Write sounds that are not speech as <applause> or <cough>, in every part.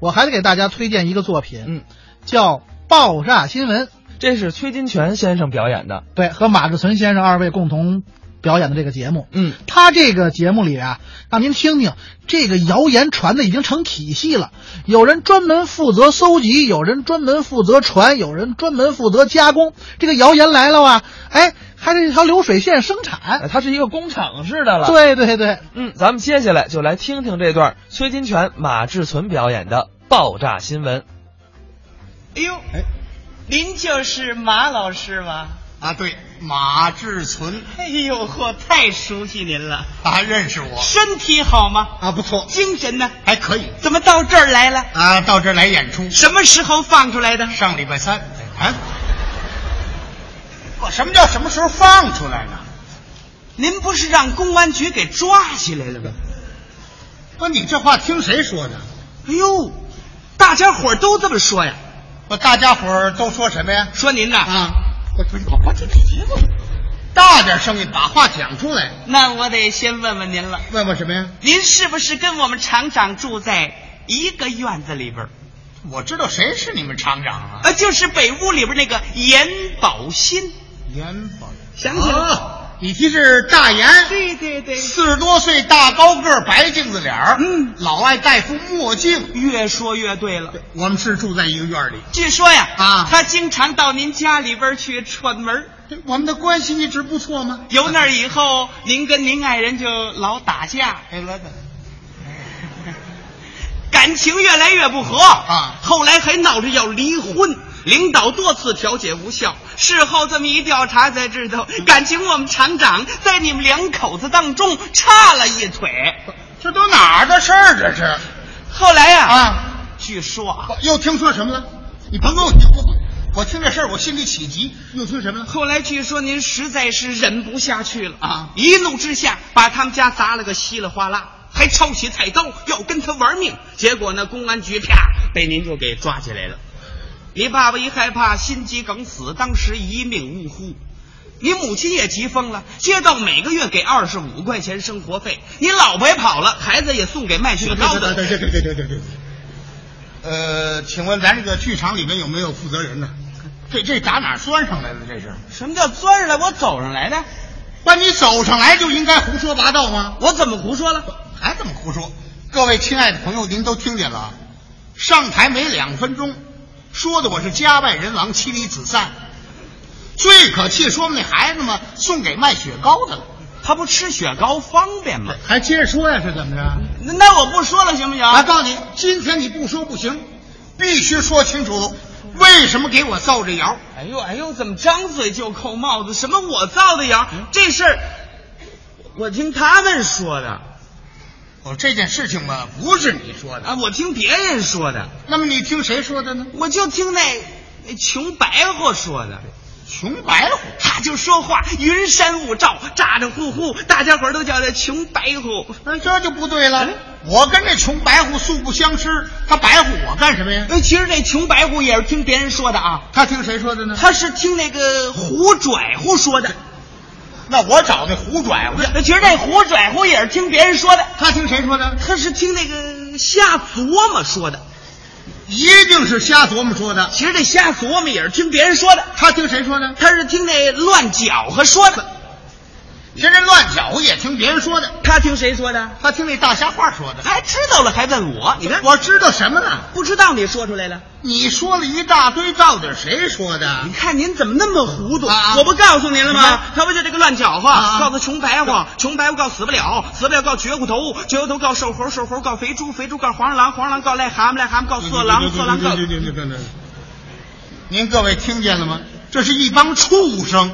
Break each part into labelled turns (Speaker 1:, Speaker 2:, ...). Speaker 1: 我还得给大家推荐一个作品，
Speaker 2: 嗯，
Speaker 1: 叫《爆炸新闻》，
Speaker 2: 这是崔金泉先生表演的。
Speaker 1: 对，和马志存先生二位共同表演的这个节目。
Speaker 2: 嗯，
Speaker 1: 他这个节目里啊，让您听听，这个谣言传的已经成体系了。有人专门负责搜集，有人专门负责传，有人专门负责加工。这个谣言来了啊，哎，还是一条流水线生产。
Speaker 2: 哎它是一个工厂式的了。，
Speaker 1: 对对对，
Speaker 2: 嗯，咱们接下来就来听听这段崔金泉、马志存表演的爆炸新闻。
Speaker 3: 哎呦，
Speaker 4: 哎，
Speaker 3: 您就是马老师吗？
Speaker 4: 啊，对，马志存
Speaker 3: 哎呦嚯，太熟悉您了！
Speaker 4: 啊，认识我
Speaker 3: 身体好吗？
Speaker 4: 啊，不错，
Speaker 3: 精神呢？
Speaker 4: 还可以
Speaker 3: 怎么到这儿来了？
Speaker 4: 啊，到这儿来演出，
Speaker 3: 什么时候放出来的？
Speaker 4: 上礼拜三啊，我什么叫什么时候放出来呢？
Speaker 3: 您不是让公安局给抓起来了吗？
Speaker 4: 不，你这话听谁说的？
Speaker 3: 哎呦，大家伙儿都这么说呀，
Speaker 4: 我大家伙儿都说什么呀？
Speaker 3: 说您呐。
Speaker 4: 啊，我说我我这节目大点声音，把话讲出来。
Speaker 3: 那我得先问问您了，
Speaker 4: 问我什么呀？
Speaker 3: 您是不是跟我们厂长住在一个院子里边儿？
Speaker 4: 我知道谁是你们厂长啊？
Speaker 3: 呃，就是北屋里边儿那个严宝新。
Speaker 4: 严宝，
Speaker 3: 想起来了
Speaker 4: 啊你提是大严？
Speaker 3: 对对对
Speaker 4: 四十多岁，大高个儿，白净子脸儿，
Speaker 3: 嗯
Speaker 4: 老爱戴副墨镜。
Speaker 3: 越说越对了。
Speaker 4: 我们是住在一个院儿里，
Speaker 3: 据说呀，
Speaker 4: 啊
Speaker 3: 他经常到您家里边去串门。
Speaker 4: 这我们的关系一直不错吗？
Speaker 3: 由那儿以后，您跟您爱人就老打架，
Speaker 4: 哎，来吧，
Speaker 3: 感情越来越不和
Speaker 4: 啊
Speaker 3: 后来还闹着要离婚，领导多次调解无效。事后这么一调查，才知道感情我们厂长在你们两口子当中插了一腿。
Speaker 4: 这都哪儿的事儿？这是
Speaker 3: 后来呀，
Speaker 4: 啊！
Speaker 3: 据说啊，
Speaker 4: 我又听说什么了？你甭跟我提，我我听这事儿我心里起急。又听什么了？
Speaker 3: 后来据说您实在是忍不下去了
Speaker 4: 啊
Speaker 3: 一怒之下把他们家砸了个稀里哗啦，还抄起菜刀要跟他玩命。结果呢，公安局啪被您就给抓起来了。你爸爸一害怕，心肌梗死，当时一命呜呼。你母亲也急疯了，街道每个月给二十五块钱生活费。你老婆也跑了，孩子也送给卖雪糕的。
Speaker 4: 对对对对对对。呃，请问咱这个剧场里面有没有负责人呢？这这打哪儿钻上来的？这是
Speaker 3: 什么叫钻上来？我走上来的，
Speaker 4: 把你走上来就应该胡说八道吗？
Speaker 3: 我怎么胡说了？
Speaker 4: 还怎么胡说？各位亲爱的朋友，您都听见了啊，上台没两分钟，说的我是家败人亡，妻离子散。最可气，说那孩子嘛，送给卖雪糕的了。
Speaker 3: 他不吃雪糕方便吗？
Speaker 4: 还接着说呀？是怎么着？
Speaker 3: 那那我不说了，行不行？
Speaker 4: 我告诉啊你，今天你不说不行，必须说清楚，为什么给我造这谣？
Speaker 3: 哎呦哎呦，怎么张嘴就扣帽子？什么我造的谣？这事儿我听他们说的
Speaker 4: 哦，这件事情嘛，不是你说的。
Speaker 3: 啊，我听别人说的，
Speaker 4: 那么你听谁说的呢？
Speaker 3: 我就听那那穷白户说的。
Speaker 4: 熊白虎。
Speaker 3: 他就说话云山雾罩，咋咋呼呼，大家伙儿都叫他穷白户。
Speaker 4: 那哎这就不对了。我跟这穷白虎素不相识，他白虎我干什么呀？
Speaker 3: 哎，其实那穷白户也是听别人说的啊，
Speaker 4: 他听谁说的呢？
Speaker 3: 他是听那个胡拽乎说的。哎
Speaker 4: 那我找那胡拽去。
Speaker 3: 那其实那胡拽乎也是听别人说的，
Speaker 4: 他听谁说的？
Speaker 3: 他是听那个瞎琢磨说的。
Speaker 4: 一定是瞎琢磨说的。
Speaker 3: 其实这瞎琢磨也是听别人说的，
Speaker 4: 他听谁说的？
Speaker 3: 他是听那乱搅和说的。
Speaker 4: 这人乱搅和也听别人说的。
Speaker 3: 他听谁说的？
Speaker 4: 他听那大瞎话说的。
Speaker 3: 还知道了还问我？你看
Speaker 4: 我知道什么了？
Speaker 3: 不知道你说出来了。
Speaker 4: 你说了一大堆，到底谁说的
Speaker 3: 你？看您怎么那么糊涂？
Speaker 4: 啊啊
Speaker 3: 我不告诉您了
Speaker 4: 你
Speaker 3: 吗
Speaker 4: 看？
Speaker 3: 他不就这个乱搅和，
Speaker 4: 啊啊
Speaker 3: 告诉穷白话，穷白话告死不了，死不了告绝户头，绝户头告瘦猴，瘦猴告肥猪，肥猪告黄鼠狼，黄鼠狼告癞蛤蟆，癞蛤蟆告色狼，色狼告……
Speaker 4: 您各位听见了吗？这是一帮畜生！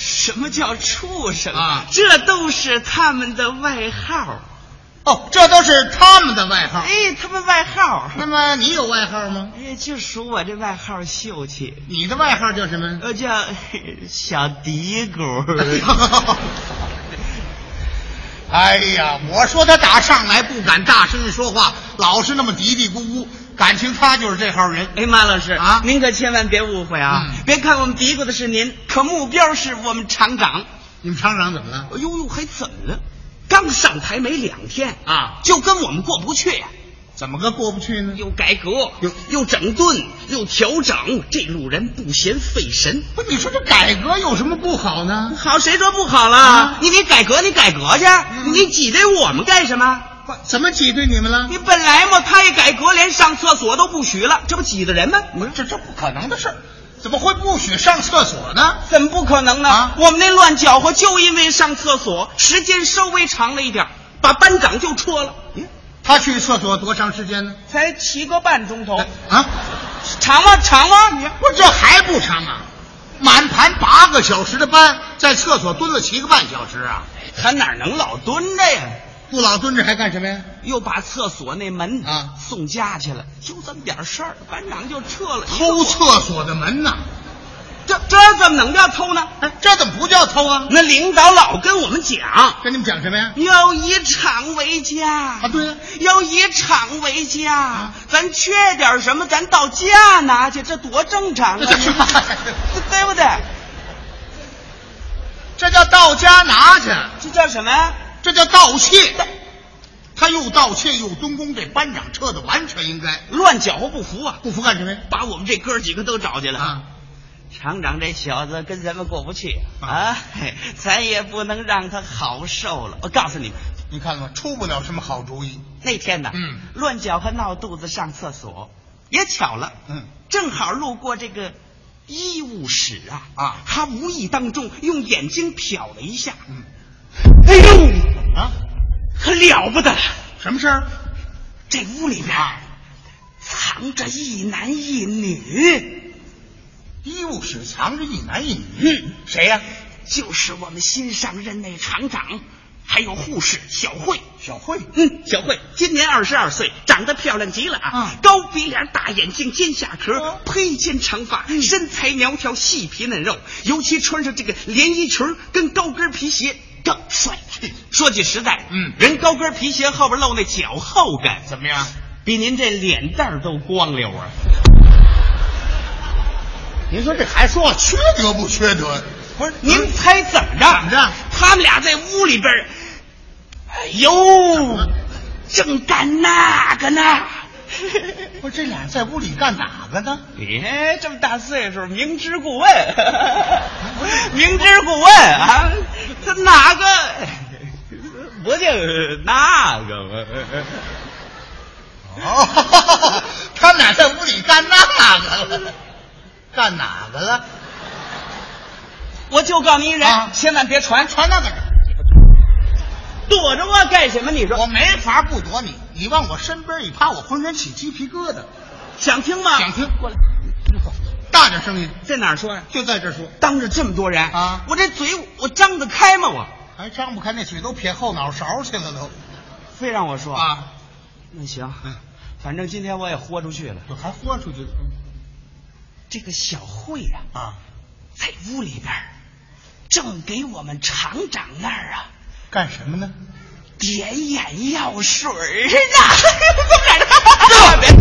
Speaker 3: 什么叫畜生
Speaker 4: 啊
Speaker 3: 这都是他们的外号。
Speaker 4: 哦，这都是他们的外号。
Speaker 3: 哎，他们外号，
Speaker 4: 那么你有外号吗？
Speaker 3: 哎，就数我这外号秀气。
Speaker 4: 你的外号叫什么？
Speaker 3: 我叫哎小嘀咕。 <laughs>
Speaker 4: <laughs> 哎呀，我说他打上来不敢大声说话，老是那么嘀嘀咕咕，感情他就是这号人。
Speaker 3: 哎，马老师
Speaker 4: 啊
Speaker 3: 您可千万别误会啊！
Speaker 4: 嗯
Speaker 3: 别看我们嘀咕的是您，可目标是我们厂长。
Speaker 4: 你们厂长怎么了？
Speaker 3: 哎呦呦，还怎么了？刚上台没两天
Speaker 4: 啊
Speaker 3: 就跟我们过不去呀、
Speaker 4: 怎么个过不去呢？
Speaker 3: 又改革
Speaker 4: 又，
Speaker 3: 又整顿，又调整，这路人不嫌费神。
Speaker 4: 不，你说这改革有什么不好呢？
Speaker 3: 好，谁说不好了？嗯
Speaker 4: 啊
Speaker 3: 你得改革，你改革去，你挤兑我们干什么？
Speaker 4: 不怎么挤兑你们了？
Speaker 3: 你本来嘛，他一改革，连上厕所都不许了，这不挤得人吗？
Speaker 4: 不是这这不可能的事儿，怎么会不许上厕所呢？
Speaker 3: 怎么不可能呢？
Speaker 4: 啊
Speaker 3: 我们那乱搅和，就因为上厕所时间稍微长了一点儿，把班长就戳了，
Speaker 4: 他去厕所多长时间呢？
Speaker 3: 才七个半钟头，
Speaker 4: 啊，
Speaker 3: 长吗？长吗？你
Speaker 4: 不是这还不长啊？满盘八个小时的班，在厕所蹲了七个半小时啊！
Speaker 3: 他哪能老蹲着呀？
Speaker 4: 不老蹲着还干什么呀？
Speaker 3: 又把厕所那门
Speaker 4: 啊
Speaker 3: 送家去了，就这么点事儿，班长就撤了。
Speaker 4: 偷厕所的门呐！
Speaker 3: 这这怎么能叫偷呢？
Speaker 4: 哎，这怎么不叫偷啊？
Speaker 3: 那领导老跟我们讲，
Speaker 4: 跟你们讲什么呀？
Speaker 3: 要以厂为家
Speaker 4: 啊，，对呀、
Speaker 3: 要以厂为家，咱缺点什么，咱到家拿去，这多正常啊！
Speaker 4: 这是嘛
Speaker 3: 这对不对？
Speaker 4: 这叫到家拿去，
Speaker 3: 这叫什么呀？
Speaker 4: 这叫盗窃。他又盗窃又蹲工，这班长撤的完全应该。
Speaker 3: 乱搅和不服啊！
Speaker 4: 不服干什么呀？
Speaker 3: 把我们这哥几个都找去了
Speaker 4: 啊！
Speaker 3: 厂长这小子跟咱们过不去
Speaker 4: 啊
Speaker 3: 啊，嘿咱也不能让他好受了。我告诉你们，
Speaker 4: 你看了吗？出不了什么好主意。
Speaker 3: 那天呢，
Speaker 4: 嗯
Speaker 3: 乱搅和闹肚子上厕所，也巧了，
Speaker 4: 嗯，
Speaker 3: 正好路过这个医务室啊
Speaker 4: 啊
Speaker 3: 他无意当中用眼睛瞟了一下，
Speaker 4: 嗯
Speaker 3: 哎呦，
Speaker 4: 啊，
Speaker 3: 可了不得了，
Speaker 4: 什么事儿？啊
Speaker 3: 这屋里边藏着一男一女，
Speaker 4: 医务室藏着一男一女，
Speaker 3: 嗯，谁呀、就是我们新上任那厂长，还有护士小慧。
Speaker 4: 小慧
Speaker 3: 嗯，小慧今年二十二岁，长得漂亮极了啊！
Speaker 4: 嗯
Speaker 3: 高鼻梁、大眼睛、尖下颏
Speaker 4: 哦、
Speaker 3: 披肩长发，身材苗条，细皮嫩肉，尤其穿上这个连衣裙儿跟高跟皮鞋更帅。说句实在，
Speaker 4: 嗯
Speaker 3: 人高跟皮鞋后边露那脚后跟，
Speaker 4: 怎么样？
Speaker 3: 比您这脸蛋儿都光溜啊！
Speaker 4: 您说这还说缺德不缺德？不是
Speaker 3: 您猜嗯怎么着？
Speaker 4: 怎么着
Speaker 3: 他们俩在屋里边儿，哎呦，正干那个呢。
Speaker 4: 不是这俩人在屋里干哪个呢？
Speaker 3: <laughs> 你这么大岁数，明知故问， <laughs> 明知故问啊！这哪个？不就是那个吗？
Speaker 4: 哦，他们俩在屋里干那个了，干哪个了？
Speaker 3: 我就告你一人，
Speaker 4: 啊
Speaker 3: 千万别传，
Speaker 4: 传那个人。
Speaker 3: 躲着我干什么？你
Speaker 4: 我
Speaker 3: 说
Speaker 4: 没法不躲你，你往我身边一趴，我浑身起鸡皮疙瘩。
Speaker 3: 想听吗？
Speaker 4: 想听
Speaker 3: 过来，
Speaker 4: 啊大点声音，
Speaker 3: 在哪儿说呀、
Speaker 4: 就在这说，
Speaker 3: 当着这么多人
Speaker 4: 啊
Speaker 3: 我这嘴我张得开吗？我
Speaker 4: 还张不开那嘴都撇后脑勺去了都。
Speaker 3: 非让我说，
Speaker 4: 啊，
Speaker 3: 那行
Speaker 4: 嗯，
Speaker 3: 反正今天我也豁出去了。
Speaker 4: 我还豁出去了
Speaker 3: 这个小慧呀、
Speaker 4: 啊？
Speaker 3: 在屋里边儿正给我们厂长那儿啊
Speaker 4: 干什么呢？
Speaker 3: 点眼药水儿
Speaker 4: <laughs>
Speaker 3: 呢。别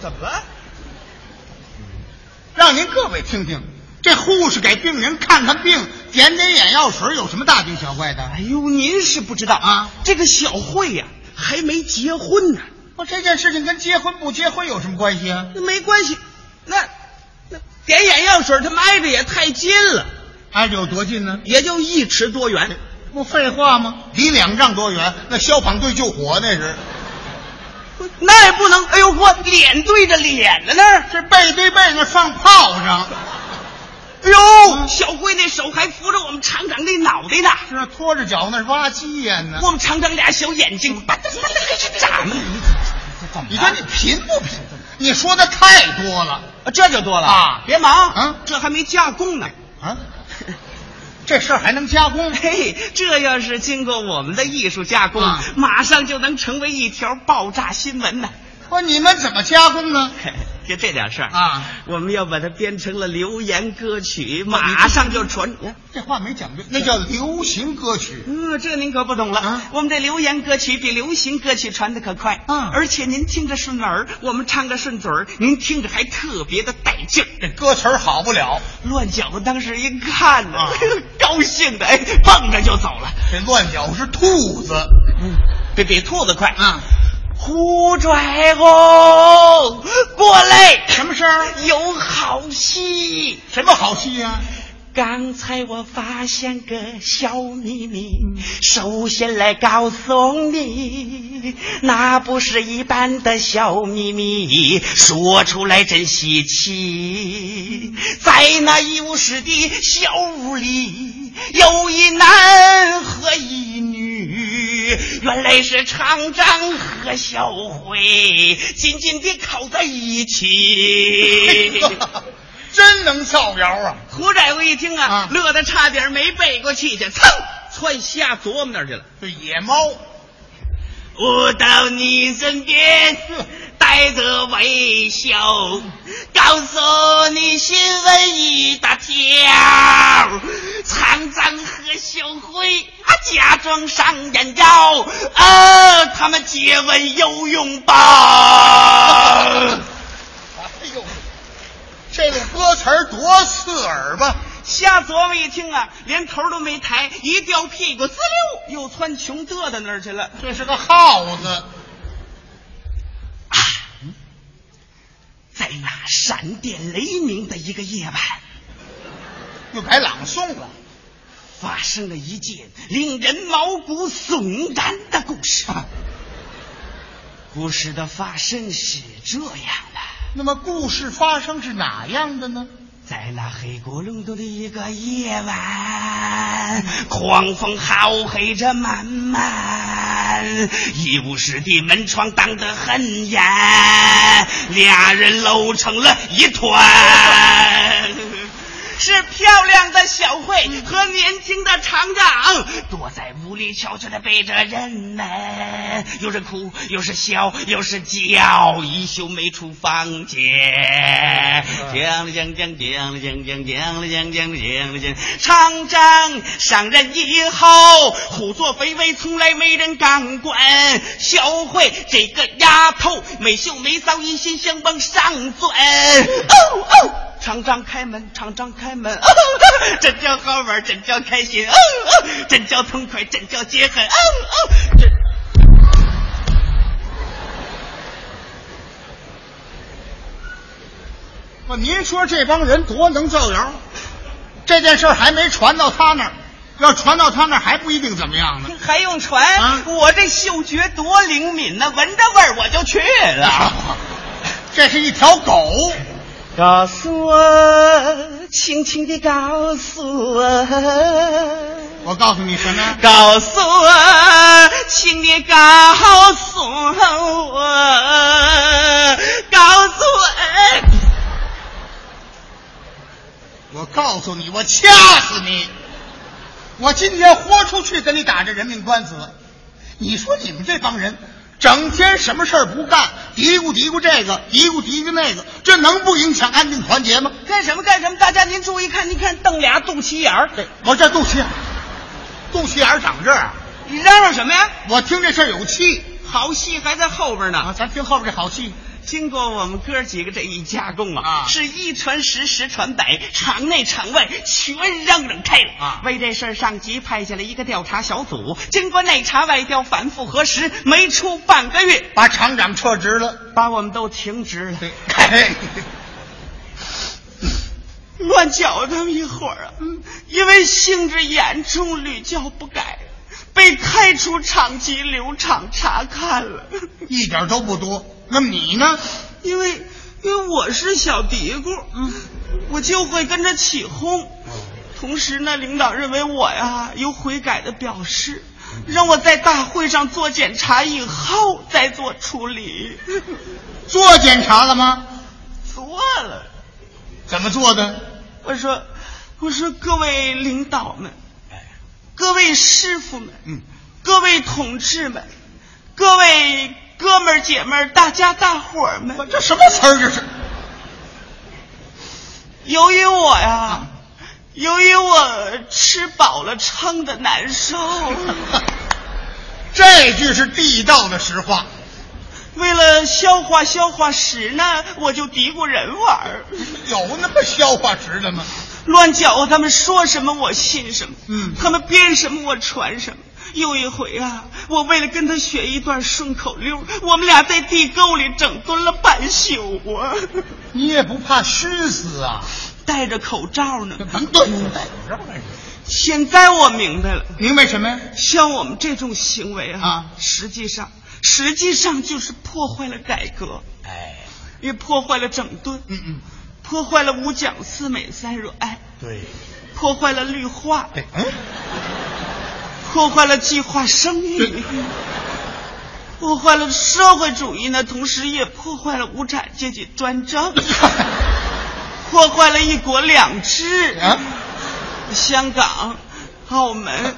Speaker 4: 怎么了？让您各位听听，这护士给病人看看病，点点眼药水，有什么大惊小怪的？
Speaker 3: 哎呦，您是不知道
Speaker 4: 啊
Speaker 3: 这个小慧呀、还没结婚呢，
Speaker 4: 不，这件事情跟结婚不结婚有什么关系啊？
Speaker 3: 那没关系，那那点眼药水儿他们挨着也太近了，
Speaker 4: 挨哎着有多近呢？
Speaker 3: 也就一尺多远。
Speaker 4: 不废话吗？离两丈多远，那消防队救火那是，
Speaker 3: 那也不能，哎呦我脸对着脸的那儿，
Speaker 4: 这背对背那放炮啊仗，
Speaker 3: 哎呦，小慧那手还扶着我们厂长那脑袋呢。
Speaker 4: 是啊拖着脚那是挖鸡眼呢。
Speaker 3: 我们厂长俩小眼睛，巴嗒巴嗒还是眨呢。
Speaker 4: 你说你贫不贫？你说的太多了
Speaker 3: <laughs> 这就多了
Speaker 4: 啊
Speaker 3: 别忙，
Speaker 4: 嗯
Speaker 3: 这还没加工呢。
Speaker 4: 啊！这事儿还能加工？
Speaker 3: 嘿，这要是经过我们的艺术加工，
Speaker 4: 啊
Speaker 3: 马上就能成为一条爆炸新闻呢。 <laughs>
Speaker 4: 不，你们怎么加工呢？
Speaker 3: 嘿就这点事儿
Speaker 4: 啊，
Speaker 3: 我们要把它编成了流言歌曲，马上就传。
Speaker 4: 这话没讲对，那叫流行歌曲。
Speaker 3: 嗯，这您可不懂了。
Speaker 4: 啊
Speaker 3: 我们这流言歌曲比流行歌曲传的可快。
Speaker 4: 嗯
Speaker 3: 而且您听着顺耳，我们唱着顺嘴儿，您听着还特别的带劲儿。
Speaker 4: 这歌词儿好不了，
Speaker 3: 乱脚子当时一看呢、
Speaker 4: 啊
Speaker 3: <laughs> 高兴的哎，蹦着就走了，
Speaker 4: 这乱咬是兔子。
Speaker 3: 比比兔子快
Speaker 4: 啊！
Speaker 3: 胡拽红，过来，
Speaker 4: 什么事儿？
Speaker 3: 有好戏。
Speaker 4: 什么好哎戏呀、
Speaker 3: 刚才我发现个小秘密，首先来告诉你，那不是一般的小秘密，说出来真稀奇。在那医务室的小屋里，有一男和一女，原来是厂长和小辉紧紧地靠在一起。
Speaker 4: 真能造谣啊！
Speaker 3: 胡掌柜一听啊，
Speaker 4: 啊
Speaker 3: 乐得差点没背过气去，噌窜瞎琢磨那儿去了。
Speaker 4: 这野猫，
Speaker 3: 我到你身边，带着微笑，告诉你新闻一大条。厂长和小辉啊，假装上眼药，啊，他们接吻又拥抱。
Speaker 4: 哎呦，这个歌词儿多刺耳吧？
Speaker 3: 瞎琢磨一听啊，连头都没抬，一掉屁股，滋溜又窜穷嘚的那儿去了。
Speaker 4: 这是个耗子，
Speaker 3: 啊在那闪电雷鸣的一个夜晚，
Speaker 4: 又改朗诵了。
Speaker 3: 发生了一件令人毛骨悚然的故事。故事的发生是这样的：
Speaker 4: 那么故事发生是哪样的呢？
Speaker 3: 在那黑咕隆咚的一个夜晚，狂风浩黑着漫漫，医务室的门窗挡得很严，俩人搂成了一团。是漂亮的小慧和年轻的厂长，躲在屋里悄悄的背着人们，有人哭，有是笑，有是叫，一宿没出房间。讲了讲讲讲了讲讲讲了讲讲了讲了讲，厂长上任以后，虎作非为，从来没人敢管。小慧这个丫头，没羞没臊，一心想往上钻。哦哦。厂长开门，厂长开门， <laughs> 啊啊真叫好玩，真叫开心， <laughs> 啊啊真叫痛快，真叫解恨， <laughs> 啊啊真
Speaker 4: 不，哦您说这帮人多能造谣？这件事儿还没传到他那儿，要传到他那儿还不一定怎么样呢。
Speaker 3: <laughs> 还用传？
Speaker 4: 啊
Speaker 3: 我这嗅觉多灵敏呢、闻着味儿我就去了。
Speaker 4: 这是一条狗，
Speaker 3: 告诉我，轻轻地告诉我。
Speaker 4: 我告诉你什么？
Speaker 3: 告诉我，请你告诉我，告诉我。哎
Speaker 4: 我告诉你，我掐死你！我今天豁出去跟你打这人命官司，你说你们这帮人整天什么事儿不干，嘀咕嘀咕这个，嘀咕嘀咕那个，这能不影响安定团结吗？
Speaker 3: 干什么干什么？大家您注意看，您看瞪俩肚脐眼儿，
Speaker 4: 我这肚脐眼儿，肚脐眼儿长这儿啊，
Speaker 3: 你嚷嚷什么呀？
Speaker 4: 我听这事儿有气
Speaker 3: 好戏还在后边
Speaker 4: 啊！
Speaker 3: 呢。
Speaker 4: 咱听后边这好戏，
Speaker 3: 经过我们哥几个这一加工啊，
Speaker 4: 啊
Speaker 3: 是一传十，十传百，场内场外全嚷嚷开了
Speaker 4: 啊
Speaker 3: 为这事儿，上级派下了一个调查小组，经过内查外调，反复核实，没出半个月，
Speaker 4: 把厂长撤职了。
Speaker 3: 把我们都停职了。
Speaker 4: 对，嘿
Speaker 3: 乱搅他们一会儿啊，
Speaker 4: 嗯
Speaker 3: 因为性质严重，屡教不改，被开除厂籍，留厂察看了。
Speaker 4: 一点都不多。那么你呢？
Speaker 3: 因为因为我是小嘀咕，嗯，我就会跟着起哄。
Speaker 4: 哦
Speaker 3: 同时呢，领导认为我呀有悔改的表示，让我在大会上做检查以后再做处理。
Speaker 4: 做检查了吗？
Speaker 3: 做了。
Speaker 4: 怎么做的？
Speaker 3: 我说，我说各位领导们，各位师傅们，
Speaker 4: 哎嗯，
Speaker 3: 各位同志们，各位哥们儿姐们儿，大家大伙儿们
Speaker 4: 我，这什么词儿？这是？
Speaker 3: 由于我呀，由于我吃饱了撑的难受，
Speaker 4: 这句是地道的实话。
Speaker 3: 为了消化消化食呢，我就嘀咕人玩儿，
Speaker 4: 有那么消化值的吗？
Speaker 3: 乱搅和他们说什么我信什么，
Speaker 4: 嗯
Speaker 3: 他们编什么我传什么。又一回啊，我为了跟他学一段顺口溜，我们俩在地沟里整蹲了半宿啊，
Speaker 4: 你也不怕湿死啊？
Speaker 3: 戴着口罩呢。
Speaker 4: 甭嗯对付了，
Speaker 3: 现在我明白了，
Speaker 4: 明白什么呀？
Speaker 3: 像我们这种行为
Speaker 4: 啊
Speaker 3: 实际上实际上就是破坏了改革，
Speaker 4: 哎，
Speaker 3: 也破坏了整顿，
Speaker 4: 嗯嗯，
Speaker 3: 破坏了五讲四美三热爱，
Speaker 4: 对，
Speaker 3: 破坏了绿化，
Speaker 4: 对，嗯，
Speaker 3: 破坏了计划生育
Speaker 4: 对，
Speaker 3: <laughs> 破坏了社会主义呢，同时也破坏了无产阶级专
Speaker 4: <laughs>
Speaker 3: 政，破坏了一国两制，
Speaker 4: 啊
Speaker 3: 香港、澳门。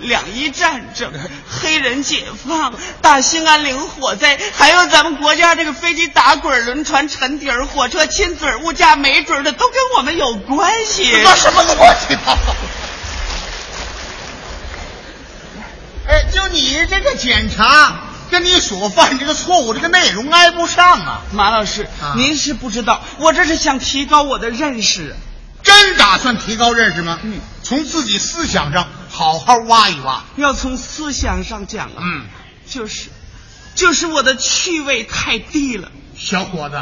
Speaker 3: 两伊战争、黑人解放、大兴安岭火灾，还有咱们国家这个飞机打滚、轮船沉底儿、火车亲嘴儿、物价没准儿的，都跟我们有关系。
Speaker 4: 这什么逻辑啊？ <laughs> 哎，就你这个检查，跟你所犯这个错误这个内容挨不上啊！
Speaker 3: 马老师，
Speaker 4: 啊
Speaker 3: 您是不知道，我这是想提高我的认识。
Speaker 4: 真打算提高认识吗？嗯，从自己思想上好好挖一挖。
Speaker 3: 要从思想上讲啊，
Speaker 4: 嗯，
Speaker 3: 就是，就是我的趣味太低了，
Speaker 4: 小伙子，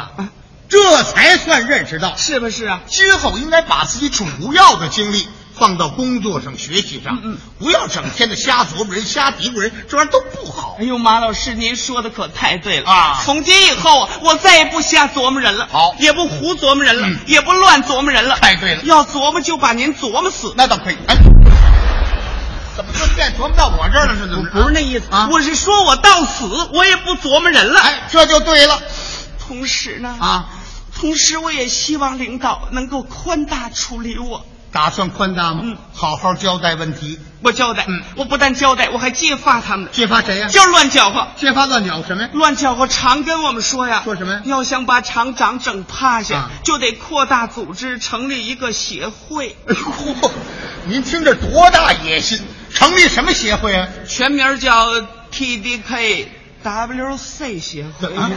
Speaker 4: 这才算认识到，
Speaker 3: 是不是啊？
Speaker 4: 今后应该把自己主要的精力放到工作上、学习上，
Speaker 3: 嗯嗯
Speaker 4: 不要整天的瞎琢磨人、瞎嘀咕人，这玩意儿都不好
Speaker 3: 哎。呦，马老师，您说的可太对了
Speaker 4: 啊
Speaker 3: 从今以后啊，我再也不瞎琢磨人了，
Speaker 4: 好
Speaker 3: 也不胡琢磨人了，
Speaker 4: 嗯
Speaker 3: 也不乱琢磨人了。
Speaker 4: 太对了
Speaker 3: 要琢磨就把您琢磨死。
Speaker 4: 那倒可以。哎，怎么就现在琢磨到我这儿了？是怎么着？
Speaker 3: 不是那意思
Speaker 4: 啊
Speaker 3: 我是说我到死我也不琢磨人了。
Speaker 4: 哎，这就对了
Speaker 3: 同时呢，
Speaker 4: 啊！
Speaker 3: 同时我也希望领导能够宽大处理我。
Speaker 4: 打算宽大吗？
Speaker 3: 嗯
Speaker 4: 好好交代问题。
Speaker 3: 我交代，
Speaker 4: 嗯
Speaker 3: 我不但交代，我还揭发他们，
Speaker 4: 揭发谁呀、
Speaker 3: 就是乱搅和，
Speaker 4: 揭发乱鸟什么呀？
Speaker 3: 乱搅和。常跟我们说呀，
Speaker 4: 说什么呀
Speaker 3: 要想把厂长整趴下，
Speaker 4: 啊
Speaker 3: 就得扩大组织，成立一个协会，
Speaker 4: 哎呦，您听着多大野心！成立什么协会啊？
Speaker 3: 全名叫 TDK WC 协会。
Speaker 4: 啊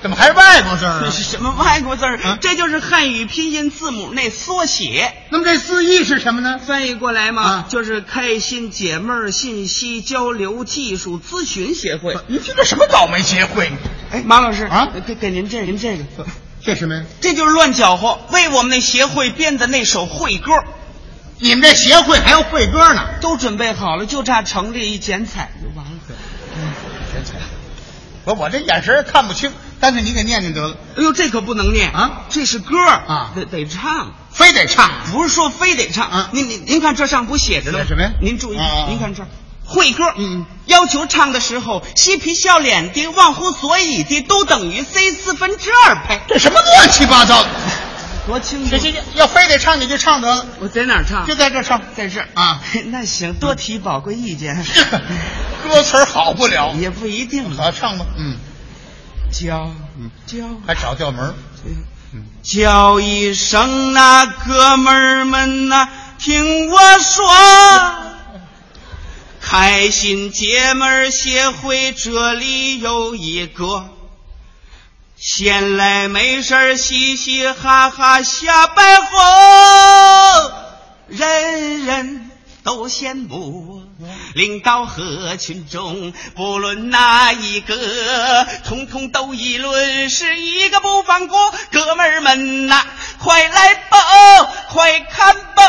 Speaker 4: 怎么还是外国字儿
Speaker 3: <laughs> 这
Speaker 4: 啊
Speaker 3: 是？什么外国字儿？
Speaker 4: 啊
Speaker 3: 这就是汉语拼音字母那缩写，
Speaker 4: 那么这字义是什么呢？
Speaker 3: 翻译过来嘛，
Speaker 4: 啊
Speaker 3: 就是开心解闷儿信息交流技术咨询协会。
Speaker 4: 您听这什么倒霉协会？
Speaker 3: 哎，马老师
Speaker 4: 啊
Speaker 3: 给给您这个，您这个。
Speaker 4: 这什么呀？
Speaker 3: 这就是乱搅和，为我们那协会编的那首会歌，
Speaker 4: 你们这协会还要会歌呢？
Speaker 3: 都准备好了，就差成立一剪彩就完了。
Speaker 4: 不是，我这眼神儿看不清，干脆你给念念得了，
Speaker 3: 哎呦，这可不能念
Speaker 4: 啊
Speaker 3: 这是歌
Speaker 4: 啊
Speaker 3: 得得唱，
Speaker 4: 非得唱啊。
Speaker 3: 不是说非得唱。
Speaker 4: 啊
Speaker 3: 您您您看这上不写着呢？
Speaker 4: 写什么呀
Speaker 3: 您注意，
Speaker 4: 啊啊啊
Speaker 3: 您看这儿会歌，
Speaker 4: 嗯嗯，
Speaker 3: 要求唱的时候嬉皮笑脸的、忘乎所以的，都等于 C 四分之二拍，
Speaker 4: 这什么乱七八糟的？
Speaker 3: 多清楚
Speaker 4: <laughs> 行！行行，要非得唱你就唱得了，
Speaker 3: 我在哪儿唱？
Speaker 4: 就在这唱，啊在这儿啊。
Speaker 3: <laughs> 那行，多提宝贵意 <laughs> 见，
Speaker 4: <laughs> 歌词儿好不了，
Speaker 3: 也不一定了。
Speaker 4: 好唱吧，嗯，
Speaker 3: 教
Speaker 4: 嗯
Speaker 3: 教。
Speaker 4: 还找调门儿
Speaker 3: 叫一声那哥们儿们呐、听我说，开心姐们儿协会这里有一个，闲来没事儿嘻嘻哈哈瞎白活，人人都羡慕我。领导和群众，不论哪一个，统统都议论，是一个不放过。哥们儿们呐、快来吧，快看吧，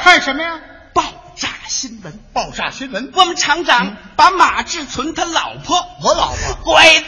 Speaker 4: 看什么呀？
Speaker 3: 爆炸新闻！
Speaker 4: 爆炸新闻，
Speaker 3: 我们厂长把马志存他老婆
Speaker 4: 我老婆
Speaker 3: 拐